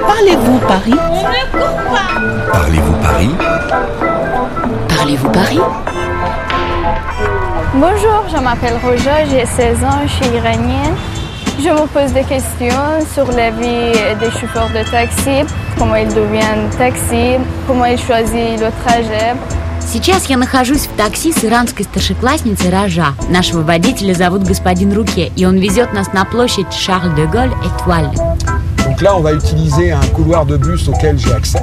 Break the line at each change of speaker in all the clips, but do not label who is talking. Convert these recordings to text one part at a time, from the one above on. Parlez-vous Paris
Parlez-vous Paris
Parlez-vous Paris
Bonjour, je m'appelle Roja, j'ai 16 ans, je suis iranienne. Je me pose des questions sur la vie des chauffeurs de taxi, comment ils deviennent taxi, comment ils choisissent le trajet.
Сейчас я нахожусь в такси с иранской старшеклассницей Ража. Нашего водителя зовут господин Руке, и он везет нас на площадь Шарль де Голь Этуаль.
Donc là, on va utiliser un couloir de bus auquel j'ai accès.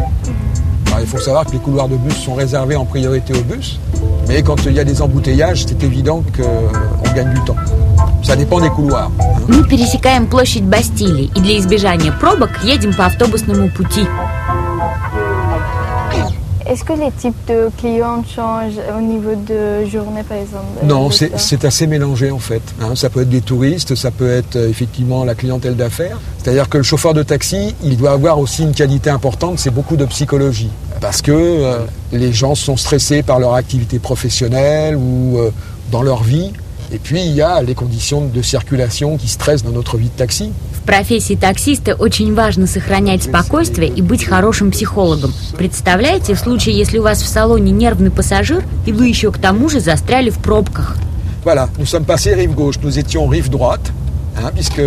Alors, il faut savoir que les couloirs de bus sont réservés en priorité aux bus, mais quand il y a des embouteillages, c'est évident qu'on gagne du temps. Ça dépend des couloirs.
Мы пересекаем площадь Бастилии и для избежания пробок едем по автобусному пути.
Est-ce que les types de clients changent au niveau de journée, par exemple
Non,
de
c'est
ça
c'est assez mélangé en fait. hein. ça peut être des touristes, ça peut être euh, effectivement la clientèle d'affaires. C'est-à-dire que le chauffeur de taxi, il doit avoir aussi une qualité importante, c'est beaucoup de psychologie. Parce que euh, les gens sont stressés par leur activité professionnelle ou euh, dans leur vie. Et puis il y a les conditions de circulation qui stressent dans notre vie de taxi.
В профессии таксиста очень важно сохранять спокойствие и быть хорошим психологом. Представляете, в случае, если у вас в салоне нервный пассажир, и вы еще к тому же застряли в пробках.
Voilà, nous sommes passés rive gauche, nous étions rive droite, hein, puisque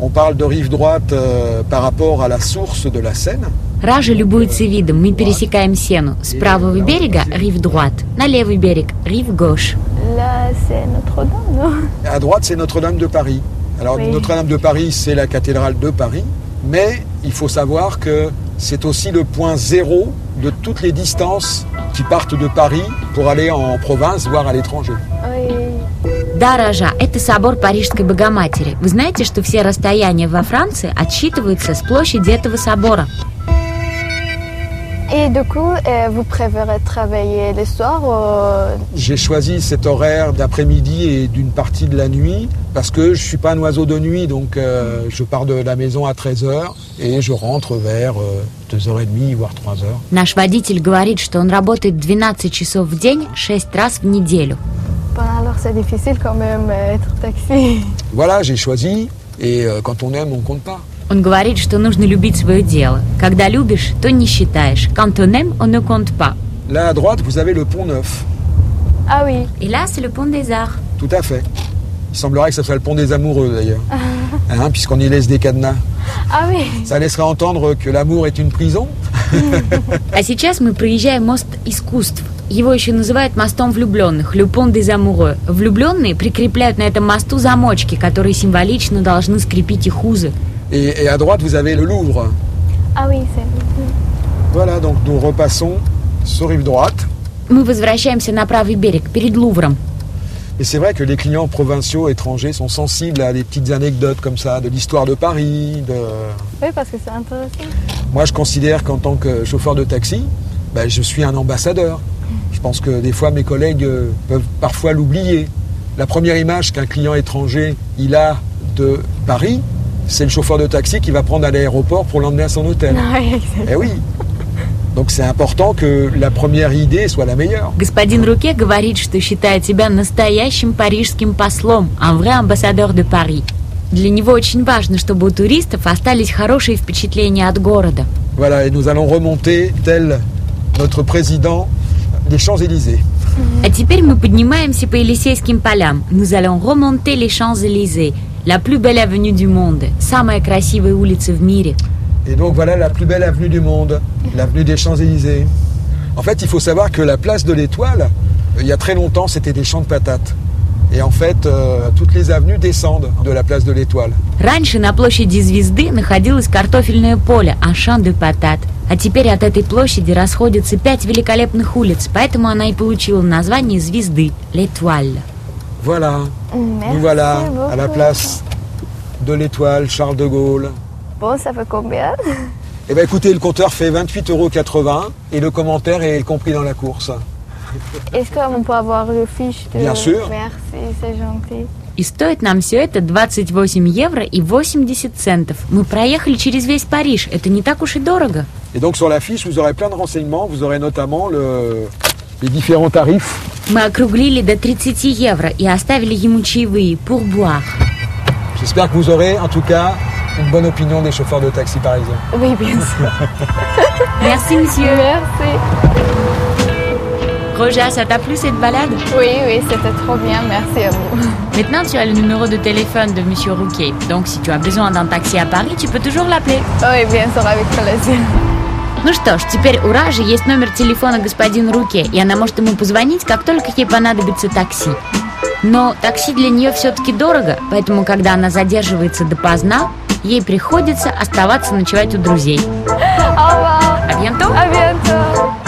on parle de rive droite euh, par rapport à la source de la Seine.
Ража любуется видом, мы пересекаем сену. С правого берега – риф Друат, на левый берег – риф Гош.
Là, c'est Notre-Dame, non
À droite, c'est Notre-Dame de Paris. Alors,
Oui.
Notre-Dame de Paris, c'est la cathédrale de Paris, mais il faut savoir que c'est aussi le point zéro de toutes les distances qui partent de Paris pour aller en province, voire à l'étranger.
Oui.
Да, Ража, это собор Парижской Богоматери. Вы знаете, что все расстояния во Франции отсчитываются с площади этого собора?
Et du coup, euh, vous préférez travailler le soir ou
J'ai choisi cet horaire d'après-midi et d'une partie de la nuit parce que je suis pas un oiseau de nuit, donc euh, je pars de la maison à 13h et je rentre vers euh, 2h30, voire 3h.
Наш водитель говорит, что он работает 12 часов в день, 6 раз в неделю.
Bon, ben, alors c'est difficile quand même euh, être taxi.
Voilà, j'ai choisi et euh, quand on aime, on compte pas.
Он говорит, что нужно любить свое дело. Когда любишь, то не считаешь. Quand on aime, on ne compte pas.
Là à droite, vous avez le pont neuf.
Ah oui,
Et là, c'est le pont des Arts.
Tout à fait. Il semblerait que ce soit le pont des amoureux d'ailleurs, Hein, puisqu'on y laisse des cadenas.
ah oui.
Ça laisserait entendre que l'amour est une prison.
А сейчас мы проезжаем мост искусств. Его еще называют мостом влюбленных, люпон des amoureux. Влюбленные прикрепляют на этом мосту замочки, которые символично должны скрепить их узы.
Et, et à droite, vous avez le Louvre.
Ah oui, c'est
Voilà, donc nous repassons sur rive droite.
Мы возвращаемся на правый берег, перед Лувром.
Et c'est vrai que les clients provinciaux étrangers sont sensibles à des petites anecdotes comme ça, de l'histoire de Paris. de-
Oui, parce que c'est intéressant.
Moi, je considère qu'en tant que chauffeur de taxi, ben, je suis un ambassadeur. Je pense que des fois, mes collègues euh, peuvent parfois l'oublier. La première image qu'un client étranger il a de Paris, c'est le chauffeur de taxi qui va prendre à l'aéroport pour l'emmener à son hôtel.
Oui, exact.
Eh oui. Donc c'est important que la première idée soit la meilleure.
Господин Руке говорит, что считает себя настоящим парижским послом, un vrai ambassadeur de Paris. Для него очень важно, чтобы у туристов остались хорошие vпечатления от города.
Voilà, et nous allons remonter, tel notre président, des Champs-Élysées.
А теперь мы поднимаемся по Елисейским полям. Nous allons remonter les Champs-Élysées, la plus belle avenue du monde, самая красивая улица в мире.
Et donc voilà la plus belle avenue du monde, l'avenue des Champs-Élysées. En fait, il faut savoir que la place de l'Étoile, il y a très longtemps, c'était des champs de patates. Et en fait, euh, toutes les avenues descendent de la place de l'Étoile.
Раньше на площади Звезды находилось картофельное поле Ашан де Патат. А теперь от этой площади расходятся пять великолепных улиц, поэтому она и получила название Звезды Летуаль.
Voilà,
Merci
nous voilà à la
beaucoup.
place de l'Étoile, Charles de Gaulle.
Bon, ça fait combien
Eh bien écoutez, le compteur fait 28,80 euros et le commentaire est compris dans la course.
Est-ce qu'on peut avoir le fiche de...
Bien sûr.
Merci, c'est gentil.
И стоит нам все это 28 евро и 80 центов. Мы проехали через весь Париж, это не так уж и дорого.
Et donc sur la fiche, vous aurez plein de renseignements, vous aurez notamment le- les différents tarifs.
Мы округлили до 30 евро и оставили ему чаевые, пурбуах.
J'espère que vous aurez en tout cas une bonne opinion des chauffeurs de taxi, par exemple.
Oui, bien sûr.
Merci, monsieur.
Merci.
Roja, ça t'a plu cette balade
Oui, oui, c'était trop bien. Merci à vous.
Maintenant, tu as le numéro de téléphone de monsieur Rouquet. Donc, si tu as besoin d'un taxi à Paris, tu peux toujours l'appeler.
Oui, Oh, bien sûr, avec plaisir.
Ну что ж, теперь у Ражи есть номер телефона господина Руке, и она может ему позвонить, как только ей понадобится такси. Но такси для нее все-таки дорого, поэтому когда она задерживается допоздна, ей приходится оставаться ночевать у друзей.
Au revoir.
А bientôt!
À bientôt.